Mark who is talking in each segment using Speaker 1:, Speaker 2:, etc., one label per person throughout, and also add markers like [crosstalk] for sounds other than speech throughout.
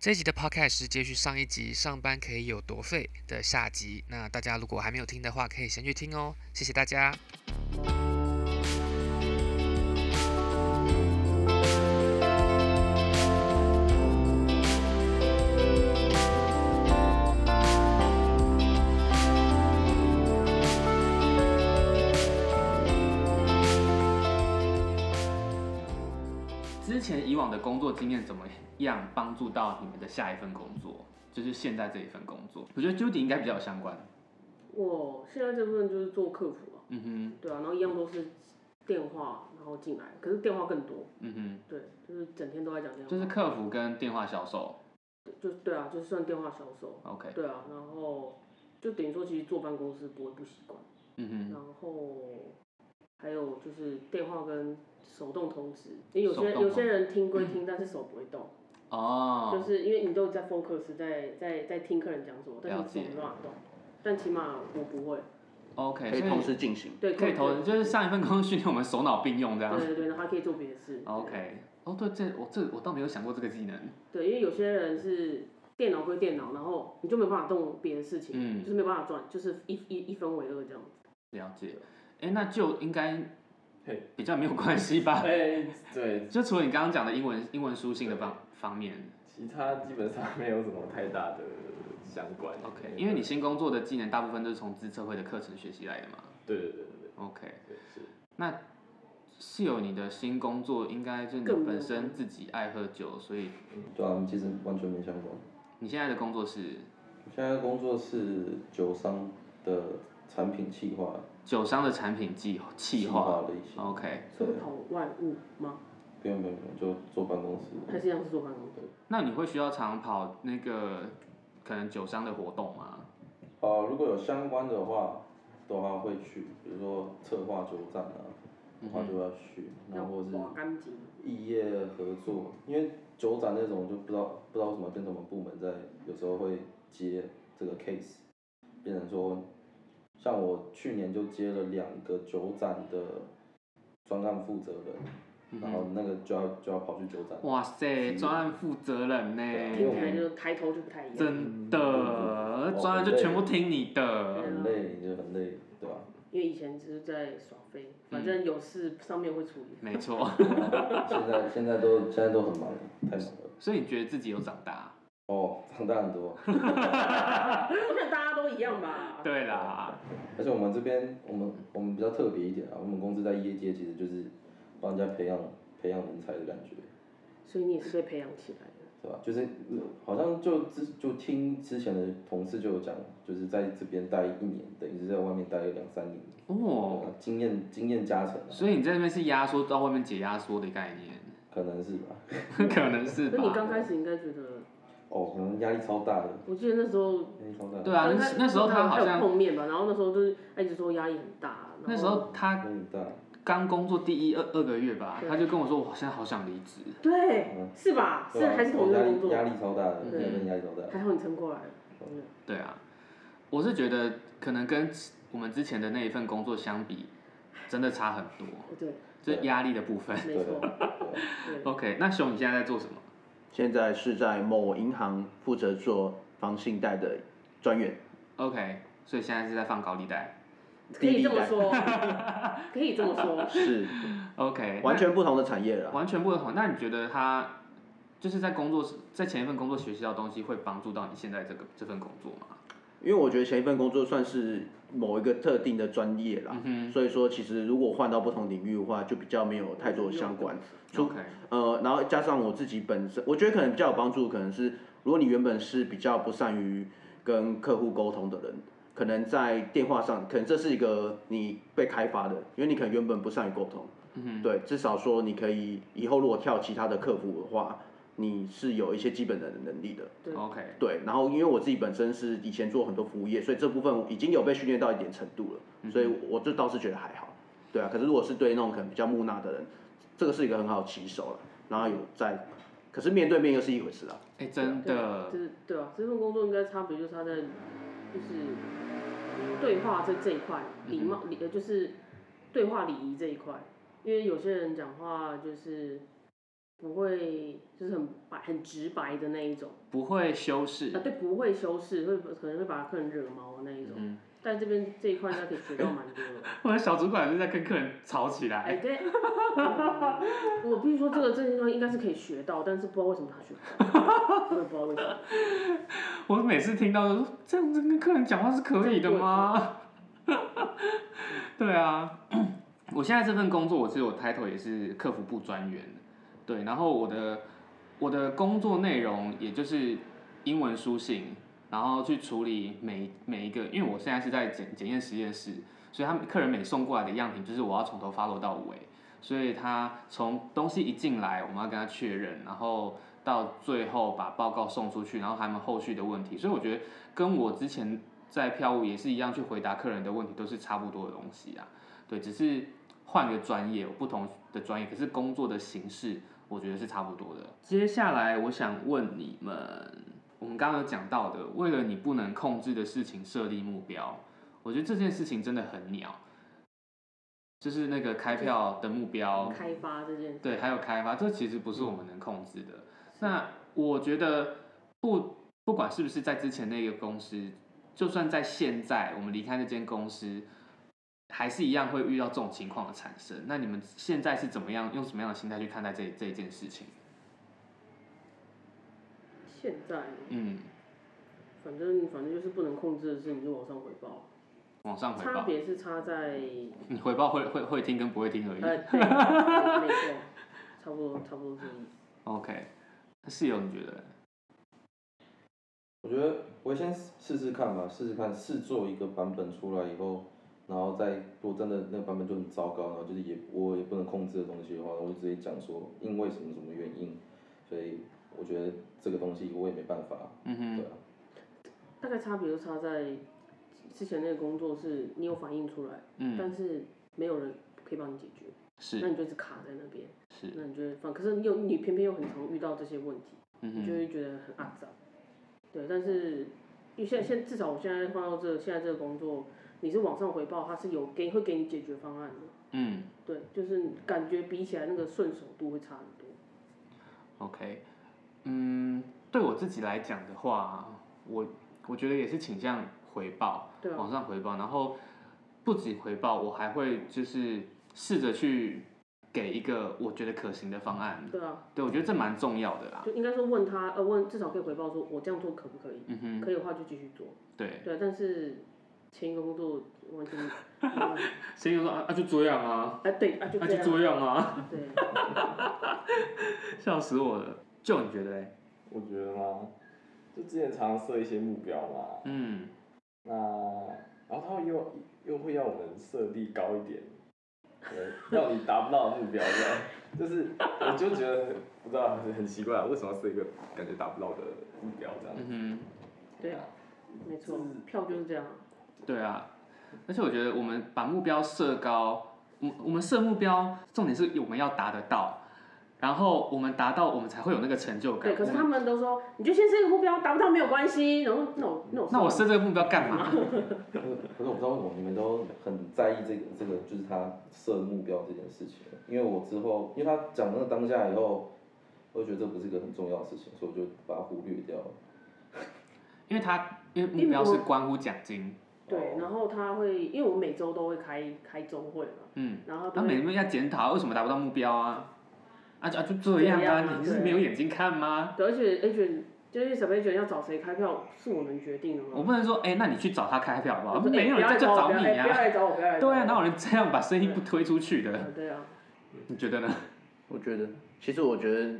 Speaker 1: 这一集的 podcast 是接续上一集“上班可以有多废”的下集。那大家如果还没有听的话，可以先去听哦。谢谢大家。
Speaker 2: 之前以往的工作经验怎么样帮助到你们的下一份工作？就是现在这一份工作，我觉得 Judy 应该比较有相关。
Speaker 3: 我现在这部分就是做客服嘛，
Speaker 2: 嗯哼，
Speaker 3: 对啊，然后一样都是电话，然后进来，可是电话更多，
Speaker 2: 嗯
Speaker 3: 对，就是整天都在讲
Speaker 2: 哼，
Speaker 3: 电话，
Speaker 2: 啊就是客服跟电话销售。
Speaker 3: 就对啊，就算电话销售，
Speaker 2: OK，
Speaker 3: 对啊，然后就等于说其实坐办公室不会不习惯，
Speaker 2: 嗯
Speaker 3: 然后还有就是电话跟手动通知，因为有些
Speaker 2: 手动
Speaker 3: 有些人听归听，但是手不会动，
Speaker 2: 哼，哦，
Speaker 3: 就是因为你都在 focus 在在在听客人讲什么，但
Speaker 2: 了
Speaker 3: 你手
Speaker 2: 解
Speaker 3: 没办法动，但起码我不会，
Speaker 2: OK，
Speaker 4: 可以
Speaker 2: 所
Speaker 4: 同时进行。
Speaker 3: 对，
Speaker 2: 可以投，
Speaker 3: 对
Speaker 2: 就是上一份工作训练我们手脑并用这样。
Speaker 3: 对对，然后还可以做别的事。
Speaker 2: OK，哦对，这我这我倒没有想过这个技能。
Speaker 3: 对，因为有些人是电脑归电脑，然后你就没办法动别的事情，
Speaker 2: 嗯
Speaker 3: 就是没办法转，就是一一一分为二这样子。
Speaker 2: 了解，哎，那就应该
Speaker 5: 嘿
Speaker 2: 比较没有关系吧？
Speaker 5: [laughs] 哎，对，
Speaker 2: 就除了你刚刚讲的英文英文书信的方方面
Speaker 5: 其他基本上没有什么太大的相关。
Speaker 2: ，OK，因为你新工作的技能大部分都是从资策会的课程学习来的嘛
Speaker 5: 对对对对
Speaker 2: ，OK，
Speaker 5: 对是。
Speaker 2: 那室友你的新工作应该就是
Speaker 3: 更
Speaker 2: 你
Speaker 3: 没
Speaker 2: 本
Speaker 3: 有
Speaker 2: 身
Speaker 3: 关
Speaker 2: 自己爱喝酒，所以
Speaker 6: 对啊，其实完全没相关。
Speaker 2: 你现在的工作是
Speaker 6: 我现在工作是酒商的产品企划，
Speaker 2: 酒商的产品计
Speaker 6: 企
Speaker 2: 企划
Speaker 6: 的一些。
Speaker 2: ，OK，
Speaker 3: 出
Speaker 6: 对，
Speaker 3: 口外务吗？
Speaker 6: 不用不用不用，就坐办公室。
Speaker 3: 还是像是做办公室？
Speaker 2: 那你会需要常跑那个可能酒商的活动吗？
Speaker 6: 啊，如果有相关的话，的话会去，比如说策划酒展啊，的话就要去，然
Speaker 3: 要
Speaker 6: 后或是
Speaker 3: 挖干净。
Speaker 6: 异业合作，因为酒展那种就不知道不知道为什么变成我们部门在有时候会接这个 case，变成说，像我去年就接了两个酒展的专案负责人，然后那个就要就要跑去酒展，
Speaker 2: 哇塞，专案负责人
Speaker 6: 对
Speaker 2: 呢？
Speaker 3: 听起
Speaker 5: 啊
Speaker 3: 来就抬头就不太一样，
Speaker 2: 真
Speaker 5: 嗯
Speaker 2: 的，专案就全部听你的。
Speaker 3: 啊
Speaker 6: 很累就很累，对吧、
Speaker 3: 因为以前只是在耍飞，反正有事上面会处理。
Speaker 2: 嗯没错， [laughs]
Speaker 6: 现在现在都现在都很忙，太忙了。
Speaker 2: 所以你觉得自己有长大？
Speaker 6: 哦，长大很多，
Speaker 3: 我想大家都一样吧。
Speaker 5: 啊
Speaker 2: 对啦，
Speaker 6: 而且我们这边我们我们比较特别一点啊，我们公司在业界其实就是帮人家培养培养人才的感觉。
Speaker 3: 所以你也是被培养起来的。
Speaker 6: 对吧？就是呃好像就之就听之前的同事就有讲，就是在这边待一年，等于是在外面待了两三年，
Speaker 2: 哦，
Speaker 6: 呃经验经验加成、啊，
Speaker 2: 所以你在那边是压缩到外面解压缩的概念， [laughs]
Speaker 6: 可能是吧。
Speaker 2: 可能是
Speaker 3: 那你
Speaker 2: 吧？
Speaker 3: 刚开始应该觉得，
Speaker 6: 哦，可能压力超大的，
Speaker 3: 我记得那时候
Speaker 6: 压力超大的。
Speaker 2: 对啊，
Speaker 3: 刚
Speaker 2: 那
Speaker 3: 开
Speaker 2: 时
Speaker 3: 始
Speaker 2: 那时候他好
Speaker 3: 还有
Speaker 2: 像
Speaker 3: 碰面吧，然后那时候就是他一直说压力很大。然后
Speaker 2: 那时候他
Speaker 6: 压力很大，
Speaker 2: 刚工作第一二二个月吧，
Speaker 3: 哦对
Speaker 2: 他就跟我说，我现在好想离职。
Speaker 3: 对
Speaker 6: 嗯，
Speaker 3: 是吧？
Speaker 6: 对
Speaker 3: 是
Speaker 6: 啊
Speaker 3: 还是同一
Speaker 6: 压
Speaker 3: 个工
Speaker 6: 力压
Speaker 3: 作？
Speaker 6: 力超大的，
Speaker 3: 对
Speaker 6: 那边压力超大
Speaker 3: 还
Speaker 6: 的。
Speaker 3: 好你撑过来了。
Speaker 2: 对啊，我是觉得可能跟我们之前的那一份工作相比，真的差很多，
Speaker 3: 对，
Speaker 2: 这压力的部分。
Speaker 3: 没错。 [laughs] 对，
Speaker 2: [laughs] OK，那熊你现在在做什么？
Speaker 4: 现在是在某银行负责做房信贷的
Speaker 2: [laughs]
Speaker 4: 专员，
Speaker 2: OK，所以现在是在放高利贷。
Speaker 3: 可以这么说， [laughs] 可以这么说。
Speaker 4: 是
Speaker 2: OK，
Speaker 4: 完全不同的产业了。
Speaker 2: 完全不同。那你觉得他就是在工作在前一份工作学习到的东西，会帮助到你现在这个这份工作吗？
Speaker 4: 因为我觉得前一份工作算是某一个特定的专业啦，
Speaker 2: 嗯
Speaker 4: 所以说其实如果换到不同领域的话，就比较没有太多的相关。除
Speaker 2: OK
Speaker 4: 呃，然后加上我自己本身，我觉得可能比较有帮助，可能是如果你原本是比较不善于跟客户沟通的人，可能在电话上，可能这是一个你被开发的，因为你可能原本不善于沟通，对，至少说你可以以后如果跳其他的客服的话，你是有一些基本的能力的。
Speaker 3: 对
Speaker 2: OK，
Speaker 4: 对，然后因为我自己本身是以前做很多服务业，所以这部分已经有被训练到一点程度了，所以我这倒是觉得还好。对啊，可是如果是对那种可能比较木讷的人，这个是一个很好的起手了。然后有在，可是面对面又是一回事啊。
Speaker 2: 哎、真的
Speaker 3: 就，是对啊，这份工作应该差别就是差在，就是对话这这一块，礼
Speaker 2: 嗯
Speaker 3: 貌礼呃就是对话礼仪这一块，因为有些人讲话就是不会就是很白很直白的那一种，
Speaker 2: 不会修
Speaker 3: 啊
Speaker 2: 饰，
Speaker 3: 对，不会修饰，会可能会把客人惹毛的那一种。
Speaker 2: 嗯，
Speaker 3: 但这边这一块应该可以学到蛮多的。
Speaker 2: [laughs] 我的小主管是在跟客人吵起
Speaker 3: 哎，
Speaker 2: 来， [laughs]
Speaker 3: 对，嗯我必须说这个这些东西应该是可以学到，但是不知道为什么他学不到， [laughs] 我也不知道为什么。
Speaker 2: 我每次听到都说这样子跟客人讲话是可以的吗？ [laughs] 对啊， [clears throat] 我现在这份工作，我是有 title 也是客服部专员，对，然后我的我的工作内容也就是英文书信，然后去处理每每一个，因为我现在是在检检验实验室，所以他们客人每送过来的样品，就是我要从头 follow 到尾，所以他从东西一进来，我们要跟他确认，然后到最后把报告送出去，然后他们后续的问题，所以我觉得跟我之前在票务也是一样，去回答客人的问题都是差不多的东西啊，对，只是换个专业，有不同的专业，可是工作的形式我觉得是差不多的。接下来我想问你们，我们刚刚有讲到的，为了你不能控制的事情设立目标，我觉得这件事情真的很鸟。就是那个开票的目标，
Speaker 3: 嗯开发这件事，
Speaker 2: 对，还有开发，这其实不是我们能控制的。那我觉得不不管是不是在之前那个公司，就算在现在我们离开那间公司，还是一样会遇到这种情况的产生。那你们现在是怎么样用什么样的心态去看待这这一件事情？
Speaker 3: 现在
Speaker 2: 嗯，
Speaker 3: 反正反正就是不能控制的事，你就往上回报。
Speaker 2: 往上回
Speaker 3: 差
Speaker 2: 报，
Speaker 3: 别是差在
Speaker 2: 你回报会会会听跟不会听而已。
Speaker 3: 呃，对，没错，差不多差不多是这个意思。
Speaker 2: [laughs] OK，室友你觉得？
Speaker 6: 我觉得我会先试试看吧，试试看试做一个版本出来以后，然后再如果真的那个版本就很糟糕，然后就是也我也不能控制的东西的话，我就直接讲说因为什么什么原因，所以我觉得这个东西我也没办法，
Speaker 2: 嗯
Speaker 6: 对
Speaker 2: 哼，
Speaker 6: 啊，
Speaker 3: 大概差别就差在之前那个工作是你有反应出来，
Speaker 2: 嗯，
Speaker 3: 但是没有人可以帮你解决，那
Speaker 2: 是
Speaker 3: 你就一直卡在那边，
Speaker 2: 是，
Speaker 3: 那你就会放。可是你又你偏偏又很常遇到这些问题，你就
Speaker 2: 嗯
Speaker 3: 会觉得很肮脏。对，但是因为现在现至少我现在放到这现在这个工作，你是往上回报，它是有给会给你解决方案的。
Speaker 2: 哼，嗯。
Speaker 3: 对，就是感觉比起来那个顺手度会差很多。
Speaker 2: OK，嗯，对我自己来讲的话，我我觉得也是倾向回报，
Speaker 3: 对啊，
Speaker 2: 往上回报，然后不止回报，我还会就是试着去给一个我觉得可行的方案。
Speaker 3: 对啊，
Speaker 2: 对，我觉得这蛮重要的啦。
Speaker 3: 就应该说问他，呃，问至少可以回报说，我这样做可不可以？
Speaker 2: 嗯哼，
Speaker 3: 可以的话就继续做。
Speaker 2: 对。
Speaker 3: 对，但是前一个工作完全，啊
Speaker 2: 谁就说啊啊就这样啊，
Speaker 3: 哎对啊就
Speaker 2: 啊
Speaker 3: 这
Speaker 2: 就
Speaker 3: 样，
Speaker 2: 这样啊，
Speaker 3: 对，啊
Speaker 2: [laughs] 笑死我了。就你觉得嘞？
Speaker 5: 我觉得吗？就之前常设一些目标嘛，
Speaker 2: 嗯
Speaker 5: 那然后他们又又会要我们设立高一点，呃要你达不到的目标这样，就是我就觉得很不知道很奇怪，啊为什么要设一个感觉达不到的目标这样？
Speaker 2: 嗯
Speaker 3: 对啊，没错，票就是这样。
Speaker 2: 哼，对啊。而且我觉得我们把目标设高，我我们设目标，重点是我们要达得到，然后我们达到，我们才会有那个成就感。
Speaker 3: 对，可是
Speaker 2: 我们
Speaker 3: 他们都说，你就先设一个目标，达不到没有关系。然后那我那我
Speaker 2: 那我设这个目标干嘛？
Speaker 3: [laughs]
Speaker 6: 可是可是我不知道为什么你们都很在意这个这个就是他设目标这件事情，因为我之后因为他讲那个当下以后，我就觉得这不是一个很重要的事情，所以我就把它忽略掉了。
Speaker 2: 因为他因为目标是关乎奖金，
Speaker 3: 对，然后他会，因为我每周都会开开周会嘛，
Speaker 2: 嗯，
Speaker 3: 然后
Speaker 2: 然后
Speaker 3: 他
Speaker 2: 每
Speaker 3: 会
Speaker 2: 个月要检讨为什么达不到目标啊，啊就啊就这样
Speaker 3: 这样
Speaker 2: 啊，
Speaker 3: 啊
Speaker 2: 你是没有眼睛看吗？
Speaker 3: 对，而且 agent 就是 s u b agent 要找谁开票是我能决定的
Speaker 2: 我
Speaker 3: 吗？
Speaker 2: 不能说，哎，那你去找他开票好不好？
Speaker 3: 我说哎
Speaker 2: 没有人在这
Speaker 3: 不要来找我
Speaker 2: 你
Speaker 3: 不要哎不要
Speaker 2: 啊，
Speaker 3: 来找我，不要来找我。
Speaker 2: 对啊，哪有人这样把生意不推出去的？
Speaker 3: 嗯对啊，
Speaker 2: 你觉得呢？
Speaker 4: 我觉得，其实我觉得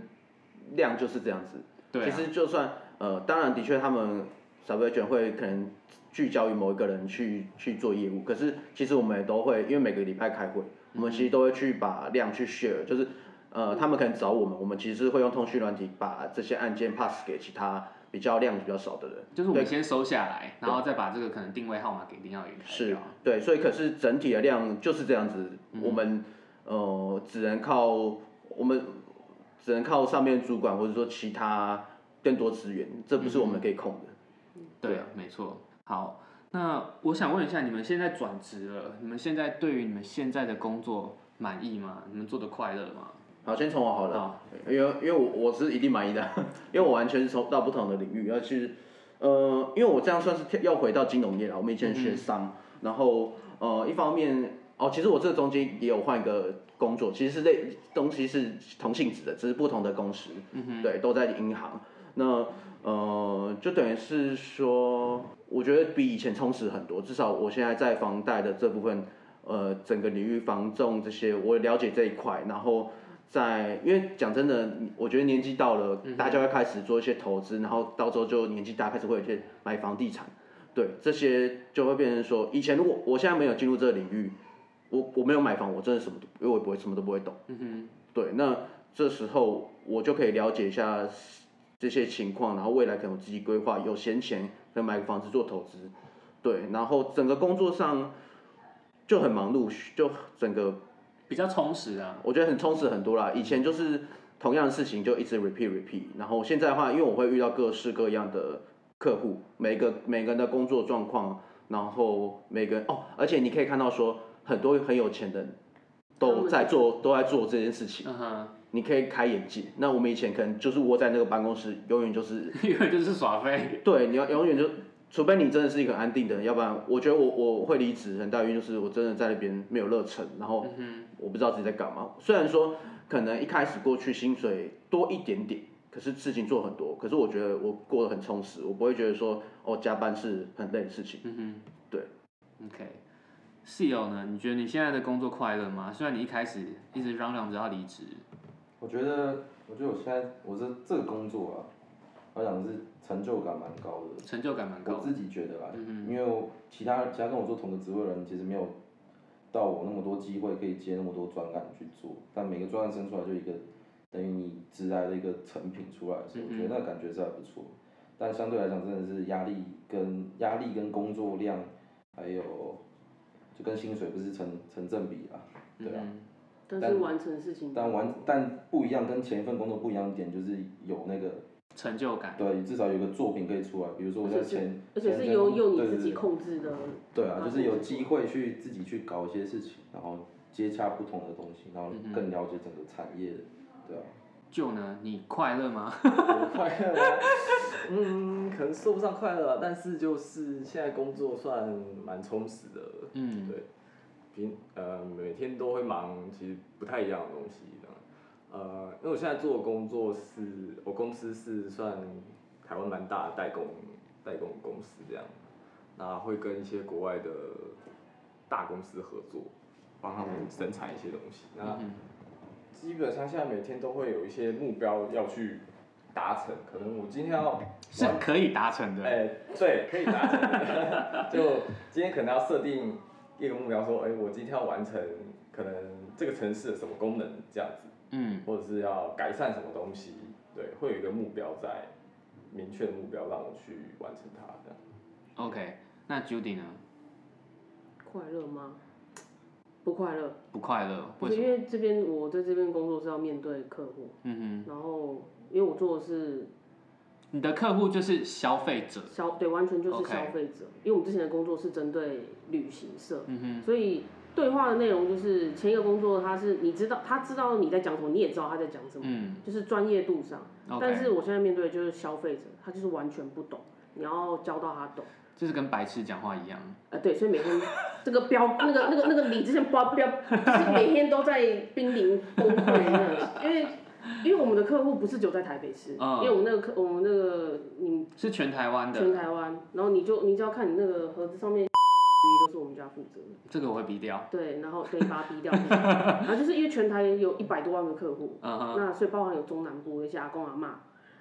Speaker 4: 量就是这样子。
Speaker 2: 对
Speaker 4: 其
Speaker 2: 啊，
Speaker 4: 实就算呃，当然的确他们 s u b a g e n 会可能聚焦于某一个人去去做业务，可是其实我们也都会，因为每个礼拜开
Speaker 2: 嗯
Speaker 4: 会，我们其实都会去把量去 share，就是呃，他们可能找我们，我们其实会用通讯软体把这些案件 pass 给其他比较量比较少的人。
Speaker 2: 就是我们先收下来，然后再把这个可能定位号码给林耀宇开
Speaker 4: 是
Speaker 2: 票。
Speaker 4: 对，所以可是整体的量就是这样子，我
Speaker 2: 嗯
Speaker 4: 们呃只能靠我们只能靠上面主管或者说其他更多资源，这不是我们可以控的。
Speaker 2: 对
Speaker 4: 对啊，
Speaker 2: 没错。好，那我想问一下，你们现在转职了，你们现在对于你们现在的工作满意吗？你们做的快乐吗？
Speaker 4: 好，先从我好了，
Speaker 2: 好，
Speaker 4: 因为因为我我是一定满意的， [laughs] 因为我完全是从到不同的领域，而且呃，因为我这样算是跳要回到金融业了，我们以
Speaker 2: 嗯
Speaker 4: 前学商，然后呃，一方面哦，其实我这中间也有换一个工作，其实是类东西是同性质的，只是不同的公司，
Speaker 2: 嗯哼，
Speaker 4: 对，都在银行。那呃，就等于是说，我觉得比以前充实很多。至少我现在在房贷的这部分，呃，整个领域房仲这些，我了解这一块。然后在，因为讲真的，我觉得年纪到了，
Speaker 2: 嗯
Speaker 4: 大家会开始做一些投资，然后到时候就年纪大，开始会有一些买房地产。对，这些就会变成说，以前如果我现在没有进入这个领域，我我没有买房，我真的什么都，因为我也不会什么都不会懂。
Speaker 2: 嗯哼，
Speaker 4: 对，那这时候我就可以了解一下这些情况，然后未来可能我自己规划，有闲钱可能买个房子做投资，对，然后整个工作上就很忙碌，就整个
Speaker 2: 比较充实啊，
Speaker 4: 我觉得很充实很多啦。以前就是同样的事情就一直 repeat repeat，然后现在的话，因为我会遇到各式各样的客户，每个每个人的工作状况，然后每个人哦，而且你可以看到说很多很有钱的人
Speaker 3: 他
Speaker 4: 都
Speaker 3: 们
Speaker 4: 在做都在做这件事情。
Speaker 2: 嗯哼， [laughs]
Speaker 4: 你可以开眼界。那我们以前可能就是窝在那个办公室，永远就是
Speaker 2: 因为就是耍废，
Speaker 4: 对，你要永远就，除非你真的是一个安定的人，要不然我觉得我我会离职，很大原因就是我真的在那边没有热忱，然后
Speaker 2: 嗯
Speaker 4: 我不知道自己在干嘛。虽然说可能一开始过去薪水多一点点，可是事情做很多，可是我觉得我过得很充实，我不会觉得说哦加班是很累的事情。
Speaker 2: 嗯哼，
Speaker 4: 对
Speaker 2: ，OK。室友呢？你觉得你现在的工作快乐吗？虽然你一开始一直嚷嚷着要离职，
Speaker 6: 我觉得，我觉得我现在我这这个工作啊，我想是成就感蛮高的。
Speaker 2: 成就感蛮高
Speaker 6: 我
Speaker 2: 的。
Speaker 6: 自己觉得啦，
Speaker 2: 嗯
Speaker 6: 因为我其他其他跟我做同个职位的人，其实没有到我那么多机会可以接那么多专案去做，但每个专案生出来就一个等于你职来的一个成品出来的
Speaker 3: 嗯
Speaker 6: 时候，我觉得那感觉是还不错。但相对来讲，真的是压力跟压力跟工作量，还有就跟薪水不是成成正比啊，
Speaker 3: 嗯
Speaker 6: 对啊。
Speaker 2: 嗯
Speaker 3: 但是完成事情，
Speaker 6: 但完但不一样，跟前一份工作不一样的点就是有那个
Speaker 2: 成就感。
Speaker 6: 对，至少有个作品可以出来。比如说我在前，
Speaker 3: 而且是
Speaker 6: 前
Speaker 3: 由
Speaker 6: 前
Speaker 3: 由你
Speaker 6: 对
Speaker 3: 自己
Speaker 6: 对
Speaker 3: 控制的，
Speaker 6: 对啊，就是有机会去自己去搞一些事情，然后接洽不同的东西，然后更了解整个产业的，对啊。
Speaker 2: 就呢，你快乐吗？
Speaker 5: 我快乐吗？嗯，可能说不上快
Speaker 6: 啊
Speaker 5: 乐吧，但是就是现在工作算蛮充实的，
Speaker 2: 嗯，
Speaker 5: 对，平呃每天都会忙，其实不太一样的东西这样。呃，因为我现在做的工作是，我公司是算台湾蛮大的代工代工公司这样，那会跟一些国外的大公司合作，帮他们生产一些东西。那、
Speaker 6: 啊
Speaker 2: 嗯
Speaker 5: 基本上现在每天都会有一些目标要去达成，可能我今天要
Speaker 2: 是可以达成的。
Speaker 5: 哎、对，可以达成 [laughs] 的。就今天可能要设定一个目标，说，哎、我今天要完成可能这个城市的什么功能这样子，
Speaker 2: 嗯
Speaker 5: 或者是要改善什么东西，对，会有一个目标在，明确的目标让我去完成它这样。
Speaker 2: ，OK。那 Judy 呢？
Speaker 3: 快乐吗？不快乐，
Speaker 2: 不快乐，
Speaker 3: 不
Speaker 2: 为
Speaker 3: 是
Speaker 2: 什
Speaker 3: 因
Speaker 2: 么？
Speaker 3: 为这边我在这边工作是要面对客户，
Speaker 2: 嗯
Speaker 3: 然后因为我做的
Speaker 2: 哼，
Speaker 3: 是
Speaker 2: 你的客户就是消费者。
Speaker 3: 消，对，完全就是
Speaker 2: OK
Speaker 3: 消费者。因为我们之前的工作是针对旅行社，
Speaker 2: 嗯
Speaker 3: 所以对话的内容就是前一个工作他是你知道他知道你在讲什么，你也知道他在讲什
Speaker 2: 哼，
Speaker 3: 么，
Speaker 2: 嗯
Speaker 3: 就是专业度上。但
Speaker 2: ，OK。
Speaker 3: 是我现在面对的就是消费者，他就是完全不懂，你要教到他懂。
Speaker 2: 就是跟白痴讲话一样。
Speaker 3: 呃，对，所以每天这个标那个那个那个理之前标标，就是每天都在濒临崩溃那，因为因为我们的客户不是只有在台北市，
Speaker 2: 嗯
Speaker 3: 因为我们那个客我们那个你
Speaker 2: 是全台湾
Speaker 3: 全
Speaker 2: 的，
Speaker 3: 台湾，然后你就你只要看你那个盒子上面都是我们家负责的，
Speaker 2: 这个我会逼掉。
Speaker 3: 对，然后对把它逼掉，然后就是因为全台有一百多万个客户，
Speaker 2: 嗯哼，
Speaker 3: 那所以包含有中南部有一些阿公阿妈，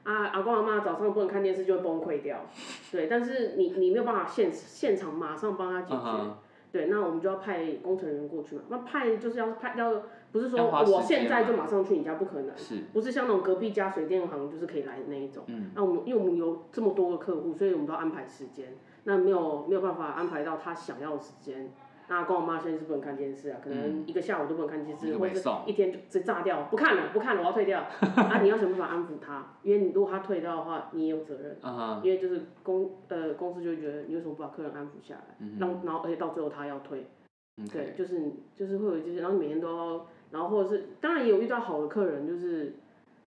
Speaker 3: 啊阿公阿妈早上不能看电视就会崩溃掉，对，但是你你没有办法现现场马上帮他解决，
Speaker 2: 嗯哼，
Speaker 3: 对，那我们就要派工程人员过去嘛，那派就是要派要不是说
Speaker 2: 要花时间
Speaker 3: 我现在
Speaker 2: 嘛
Speaker 3: 就马上去你家不可能，
Speaker 2: 是，
Speaker 3: 不是像那种隔壁家水电行就是可以来的那一种。
Speaker 2: 嗯
Speaker 3: 那我们因为我们有这么多个客户，所以我们都要安排时间，那没有没有办法安排到他想要的时间。那阿公我妈现在是不能看电视啊，可能一个下午都不能看电
Speaker 2: 一
Speaker 3: 视，
Speaker 2: 个
Speaker 3: 或
Speaker 2: 晚
Speaker 3: 者
Speaker 2: 上
Speaker 3: 一天就直接炸掉，不看了不看了，我要退掉。啊，你要想办法安抚他，因为你如果他退掉的话，你也有责任。
Speaker 2: 嗯哼，
Speaker 3: 因为就是公呃公司就会觉得你为什么不把客人安抚下来，让然后而且到最后他要退，
Speaker 2: 嗯
Speaker 3: 对，
Speaker 2: 对，
Speaker 3: 就是就是会有这些，然后你每天都要然后或者是当然也有遇到好的客人，就是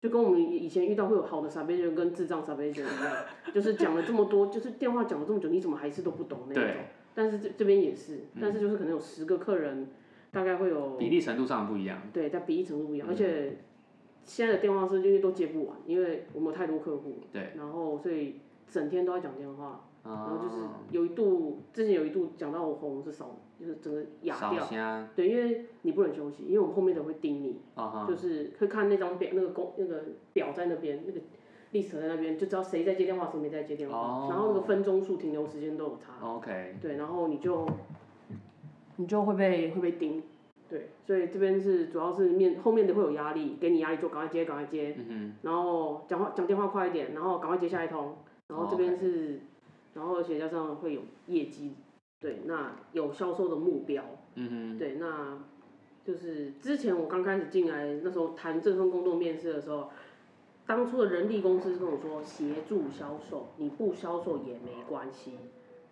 Speaker 3: 就跟我们以前遇到会有好的傻逼人跟智障傻逼人一样，就是讲了这么多，就是电话讲了这么久，你怎么还是都不懂那种
Speaker 2: 对？嗯
Speaker 3: 但是这这边也是，但是就是可能有十个客人，大概会有
Speaker 2: 比例嗯程度上不一样。
Speaker 3: 对，但比例程度不一样，而且现在的电话是因为都接不完，因为我们有太多客户了，
Speaker 2: 对，
Speaker 3: 然后所以整天都在讲电话，然后
Speaker 2: 啊，
Speaker 3: 就是有一度之前有一度讲到我喉咙是烧，就是整个哑
Speaker 2: 烧
Speaker 3: 掉，
Speaker 2: 香啊
Speaker 3: 对，因为你不能休息，因为我们后面的人会盯你，
Speaker 2: 哈，
Speaker 3: 就是会看那张表，那个公那个表在那边，那个 list 在那边，就知道谁在接电话，谁没在接电话，
Speaker 2: 哦
Speaker 3: 然后那个分钟数、停留时间都有差，
Speaker 2: OK，
Speaker 3: 对，然后你就你就会被会被盯，对，所以这边是主要是面后面的会有压力，给你压力就赶快接，赶快接，
Speaker 2: 嗯
Speaker 3: 然后讲话讲电话快一点，然后赶快接下一通，然后这边是，然后而且加上会有业绩，对，那有销售的目标，
Speaker 2: 哼，嗯
Speaker 3: 对，那就是之前我刚开始进来那时候谈这份工作面试的时候，当初的人力公司跟我说协助销售，你不销售也没关系。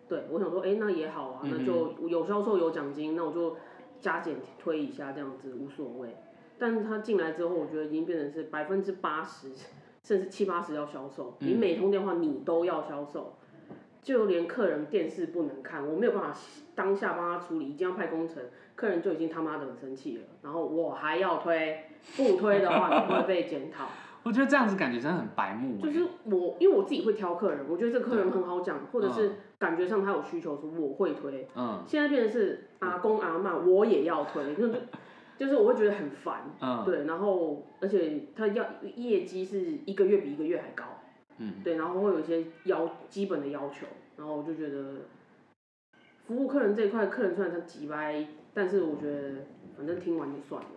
Speaker 3: 对，我想说，哎、那也好啊，那就有销售有奖金，那我就加减推一下这样子无所谓。但是他进来之后，我觉得已经变成是百分之八十，甚至七八十要销售，你
Speaker 2: 嗯
Speaker 3: 每通电话你都要销售，就连客人电视不能看，我没有办法当下帮他处理，一定要派工程，客人就已经他妈的很生气了，然后我还要推，不推的话你会被检讨。
Speaker 2: 哼，我觉得这样子感觉真的很白目欸。
Speaker 3: 就是我，因为我自己会挑客人，我觉得这个客人很好讲，或者是感觉上他有需求，说我会推。
Speaker 2: 嗯
Speaker 3: 现在变成是阿公阿妈我也要推，就是就是我会觉得很烦，
Speaker 2: 嗯
Speaker 3: 对。然后而且他要业绩是一个月比一个月还高，
Speaker 2: 嗯，
Speaker 3: 对，然后会有一些要基本的要求，然后我就觉得服务客人这一块，客人虽然他几掰，但是我觉得反正听完就算了，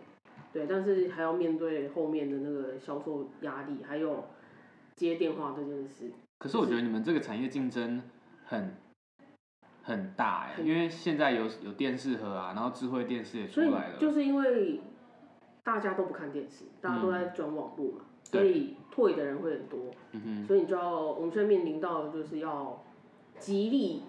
Speaker 3: 对，但是还要面对后面的那个销售压力，还有接电话这件事，
Speaker 2: 可是我觉得你们这个产业竞争很很大哎，因为现在有有电视盒啊，然后智慧电视也出
Speaker 3: 所以
Speaker 2: 来了，
Speaker 3: 就是因为大家都不看电视，大家都在转网络嘛，所
Speaker 2: 对
Speaker 3: 以退的人会很多，
Speaker 2: 嗯哼，
Speaker 3: 所以你就要我们现在面临到的就是要极力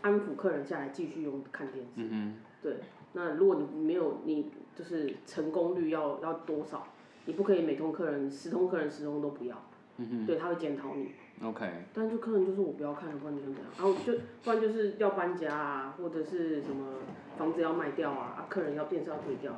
Speaker 3: 安抚客人下来继续用看电视。
Speaker 2: 嗯哼。
Speaker 3: 对，那如果你没有你就是成功率要要多少？你不可以每通客人十通客人十通都不要，
Speaker 2: 嗯
Speaker 3: 对他会检讨你。
Speaker 2: 哼，OK，
Speaker 3: 但是客人就说我不要看了，不然你想怎样？然后就不然就是要搬家啊，或者是什么房子要卖掉啊，啊客人要电视要退掉，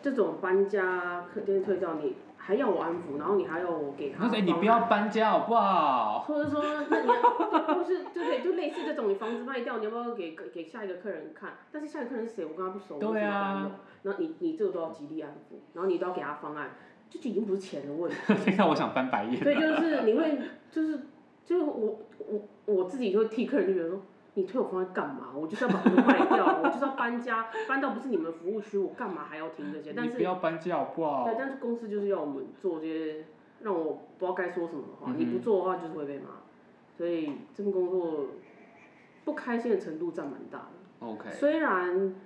Speaker 3: 这种搬家客电视退掉，你还要我安抚，然后你还要我给他
Speaker 2: 那
Speaker 3: 方
Speaker 2: 是哎
Speaker 3: 案。
Speaker 2: 你不要搬家好不好？ [laughs]
Speaker 3: 或者说，那你要就是就对，就类似这种，你房子卖掉，你要不要给给给下一个客人看？但是下一个客人是谁，我跟他不熟，
Speaker 2: 对啊
Speaker 3: 我怎么敢有，然后你你这个都要极力安抚，然后你都要给他方案，这就已经不是钱的问题，
Speaker 2: 听到我想翻白眼。
Speaker 3: 所以就是你会就是就是我我我自己会替客人就觉得说。你推我方案干嘛？我就是要把房子卖掉，我就是要搬家，搬到不是你们服务区，我干嘛还要听这些？但
Speaker 2: 你
Speaker 3: 是
Speaker 2: 不要搬家好不好
Speaker 3: 对，？但是公司就是要我们做这些让我不知道该说什么的话，
Speaker 2: 嗯哼
Speaker 3: 你不做的话就是会被骂，所以这份工作不开心的程度占蛮大的。
Speaker 2: OK，
Speaker 3: 虽然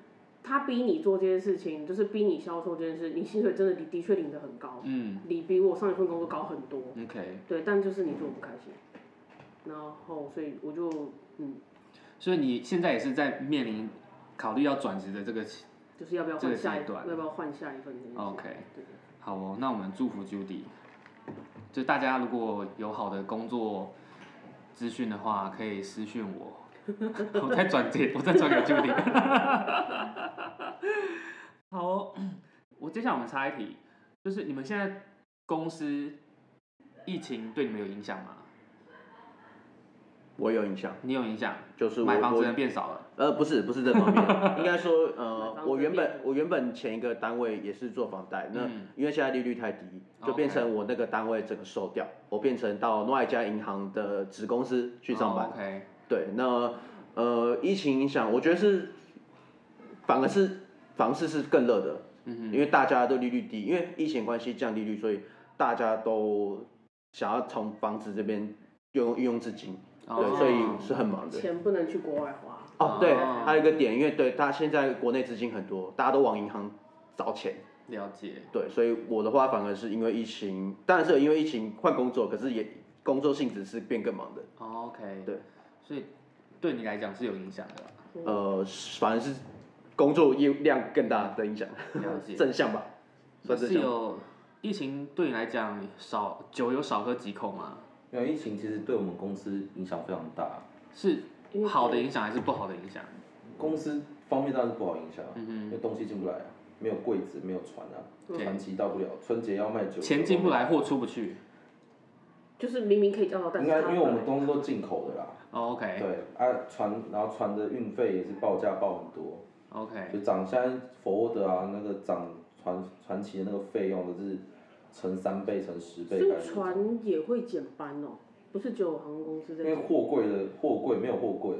Speaker 3: 他逼你做这些事情，就是逼你销售这件事，你薪水真的的的确领得很高，
Speaker 2: 嗯
Speaker 3: 你比我上一份工作高很多，
Speaker 2: ，OK，
Speaker 3: 对，但就是你做不开心，然后所以我就嗯，
Speaker 2: 所以你现在也是在面临考虑要转职的这个期。
Speaker 3: 就是要不要
Speaker 2: 这个
Speaker 3: 换下一
Speaker 2: 阶段
Speaker 3: 要不要换下一份这件事
Speaker 2: OK
Speaker 3: 对。
Speaker 2: 好哦，那我们祝福 Judy。就大家如果有好的工作资讯的话，可以私讯我，我再转接，我再转给 Judy。好哦、我接下来我们插一题，就是你们现在公司疫情对你们有影响吗？
Speaker 4: 我有印象，
Speaker 2: 你有影响？
Speaker 4: 就是我
Speaker 2: 买房子的人
Speaker 4: 我
Speaker 2: 变少了。
Speaker 4: 呃不是不是这方
Speaker 2: [laughs]
Speaker 4: 面，应该说呃
Speaker 3: 买房子
Speaker 4: 我原
Speaker 3: 变
Speaker 4: 本
Speaker 3: 多
Speaker 4: 我原本前一个单位也是做房贷，那
Speaker 2: 嗯哦
Speaker 4: 因为现在利率太低，就
Speaker 2: OK
Speaker 4: 变成我那个单位整个收掉，我变成到另外一家银行的子公司去上班
Speaker 2: 哦。OK，
Speaker 4: 对，那呃，疫情影响，我觉得是反而是房市是更热的，
Speaker 2: 嗯
Speaker 4: 因为大家都利率低，因为疫情关系降利率，所以大家都想要从房子这边运用运用资金，
Speaker 2: 哼，
Speaker 4: 对，
Speaker 2: 哦
Speaker 4: 所以是很忙的。
Speaker 3: 钱不能去国外花，
Speaker 4: 哦，对
Speaker 2: 哦，
Speaker 4: 还有一个点，因为对他现在国内资金很多，大家都往银行找钱，
Speaker 2: 了解。
Speaker 4: 对，所以我的话反而是因为疫情，当然是有因为疫情换工作，可是也工作性质是变更忙的，
Speaker 2: 哦 OK，
Speaker 4: 对，
Speaker 2: 所以对你来讲是有影响的啦。
Speaker 4: 呃，反而是工作业务量更大的影响。
Speaker 2: 了解。
Speaker 4: 正向吧。算
Speaker 2: 是哦
Speaker 4: 是 [laughs] 这样
Speaker 2: 有疫情对你来讲少酒有少喝几口吗？
Speaker 6: 因为疫情其实对我们公司影响非常大，
Speaker 2: 是
Speaker 3: 因为
Speaker 2: 好的影响还是不好的影响？
Speaker 6: 公司方面当然是不好影响啊，因
Speaker 2: 嗯
Speaker 6: 为东西进不来啊，没有柜子，没有船啊，
Speaker 2: 对
Speaker 6: 船期到不了，春节要卖酒，
Speaker 2: 哼，钱进不来，货出不去。
Speaker 3: 就是明明可以叫到，但
Speaker 6: 应
Speaker 3: 是
Speaker 6: 该
Speaker 3: 他
Speaker 6: 因为我们东西都进口的啦，
Speaker 2: 哦 OK
Speaker 6: 对啊，船然后船的运费也是报价报很多，
Speaker 2: OK，
Speaker 6: 就涨现在佛的啊，那个涨传传奇的那个费用都是乘三倍、乘十
Speaker 3: 所
Speaker 6: 倍概念，
Speaker 3: 以船也会减班哦，不是只有航空公司在
Speaker 6: 因为
Speaker 3: 减。
Speaker 6: 货柜的货柜没有货柜，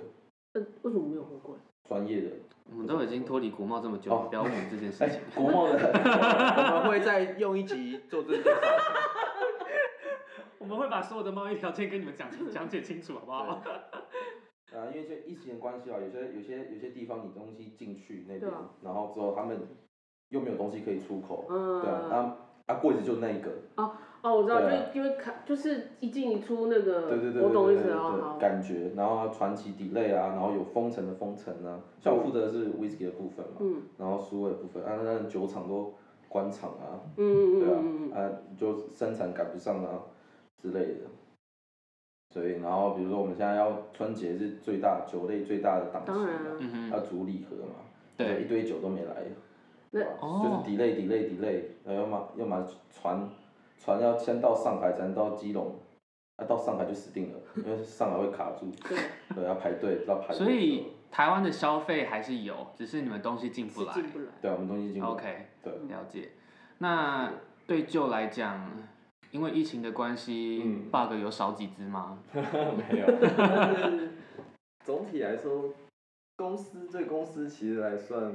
Speaker 3: 呃，为什么没有货柜？
Speaker 6: 专业的，
Speaker 2: 我们都已经脱离国贸这么久，
Speaker 6: 哦
Speaker 2: 不要问这件事
Speaker 6: 哎、
Speaker 2: 情。
Speaker 6: 国贸的，
Speaker 4: 我们会再用一集做这
Speaker 2: [laughs]
Speaker 4: 个。
Speaker 2: 我们会把所有的贸易条件跟你们讲清讲解清楚，好不好？
Speaker 6: 啊，因为就疫情的关系啊，有些有些有些地方你东西进去那
Speaker 3: 对
Speaker 6: 边
Speaker 3: 啊，
Speaker 6: 然后之后他们又没有东西可以出口，
Speaker 3: 嗯
Speaker 6: 对啊，那啊柜子就那一个，
Speaker 3: 哦，我知道，就
Speaker 6: 对啊
Speaker 3: 因为卡就是一进一出那个，
Speaker 6: 对对对
Speaker 3: 我
Speaker 6: 对
Speaker 3: 懂
Speaker 6: 对
Speaker 3: 意思
Speaker 6: 对
Speaker 3: 哦，
Speaker 6: 对，
Speaker 3: 好，
Speaker 6: 感觉，然后传奇 delay 啊，然后有封城的封城啊，像我负责的是 whisky 的部分嘛，
Speaker 3: 嗯
Speaker 6: 然后苏味的部分，啊，那酒厂都关厂啊，
Speaker 3: 嗯嗯
Speaker 6: 对啊
Speaker 3: 嗯嗯，嗯，
Speaker 6: 啊，就生产赶不上啊之类的。所以，然后比如说我们现在要春节是最大酒类最大的档期
Speaker 3: 当然
Speaker 6: 嘛，
Speaker 3: 啊，
Speaker 2: [laughs] 嗯哼，
Speaker 6: 要组礼盒嘛，
Speaker 2: 对
Speaker 6: 一堆酒都没来，
Speaker 3: 那
Speaker 6: 对吧就是
Speaker 2: 哦
Speaker 6: delay delay delay，然后要么要么船船要先到上海，才能到基隆，啊，到上海就死定了，因为上海会卡住，
Speaker 3: 对，
Speaker 6: 对，要排队，要排队。
Speaker 2: 所以台湾的消费还是有，只是你们东西进不
Speaker 3: 是
Speaker 2: 来。
Speaker 3: 进不来。
Speaker 6: 对，我们东西已经
Speaker 2: OK，
Speaker 6: 对，
Speaker 2: 了解。那对旧来讲，因为疫情的关系、
Speaker 5: 嗯
Speaker 2: b u g 有少几只吗？
Speaker 6: [laughs]
Speaker 5: 没有。但是
Speaker 2: [laughs]
Speaker 5: 总体来说，公司对公司其实来算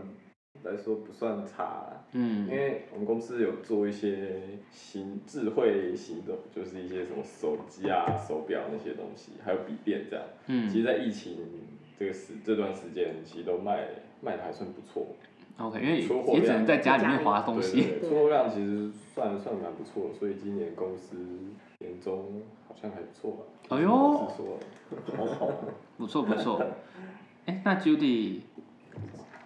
Speaker 5: 来说不算差啦，因
Speaker 2: 嗯，
Speaker 5: 为我们公司有做一些行智慧行动，就是一些什么手机啊、手表那些东西，还有笔电这样。其实，
Speaker 2: 嗯
Speaker 5: 在疫情这个时这段时间，其实都卖卖的还算不错，
Speaker 2: ，OK，因为
Speaker 5: 出货
Speaker 2: 也只能在家里面划东
Speaker 5: 对
Speaker 2: 西。
Speaker 5: 对对，出货量其实算算蛮不错，所以今年公司年终好像还不错吧。
Speaker 2: 哎呦
Speaker 5: 我是说，
Speaker 6: 好好，
Speaker 2: 不错不 [laughs] 错。哎、那 Judy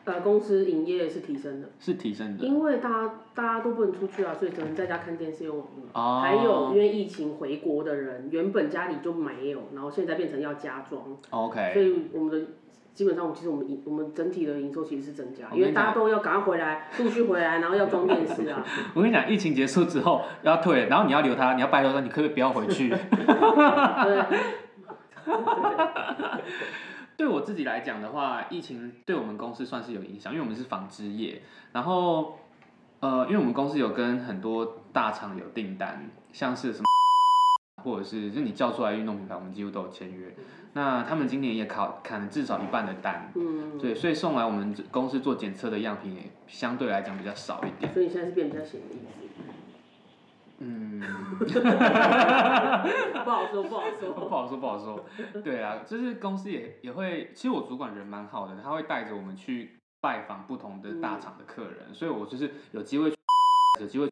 Speaker 3: 呃，公司营业是提升的，
Speaker 2: 是提升的
Speaker 3: 因为大家大家都不能出去啊，所以只能在家看电视用网络。
Speaker 2: 哦，
Speaker 3: 还有，因为疫情回国的人，原本家里就没有，然后现在变成要家装，所
Speaker 2: OK，
Speaker 3: 以我们的基本上，其实我们营我们整体的营收其实是增加
Speaker 2: 我，跟你
Speaker 3: 因为大家都要赶快回来，陆续回来，然后要装电
Speaker 2: [laughs]
Speaker 3: 视啊。
Speaker 2: 我跟你讲，疫情结束之后要退了，然后你要留他，你要拜托他，你可不可以不要回去？ [laughs]
Speaker 3: 对，
Speaker 2: 对我自己来讲的话，疫情对我们公司算是有影响，因为我们是纺织业，然后呃，因为我们公司有跟很多大厂有订单，像是什么。或者是就是你叫出来运动品牌，我们几乎都有签约。那他们今年也考砍了至少一半的单，[laughs]
Speaker 3: 嗯，
Speaker 2: 对，所以送来我们公司做检测的样品也相对来讲比较少一点。
Speaker 3: 所以你现在是变得比较显眼，
Speaker 2: 嗯，
Speaker 3: 不好说，不好
Speaker 2: [laughs] 不
Speaker 3: 说。
Speaker 2: 好说，不好说。对啊，就是公司也也会，其实我主管人蛮好的，他会带着我们去拜访不同的大厂的客人，所以我就是有机会去，有机会去，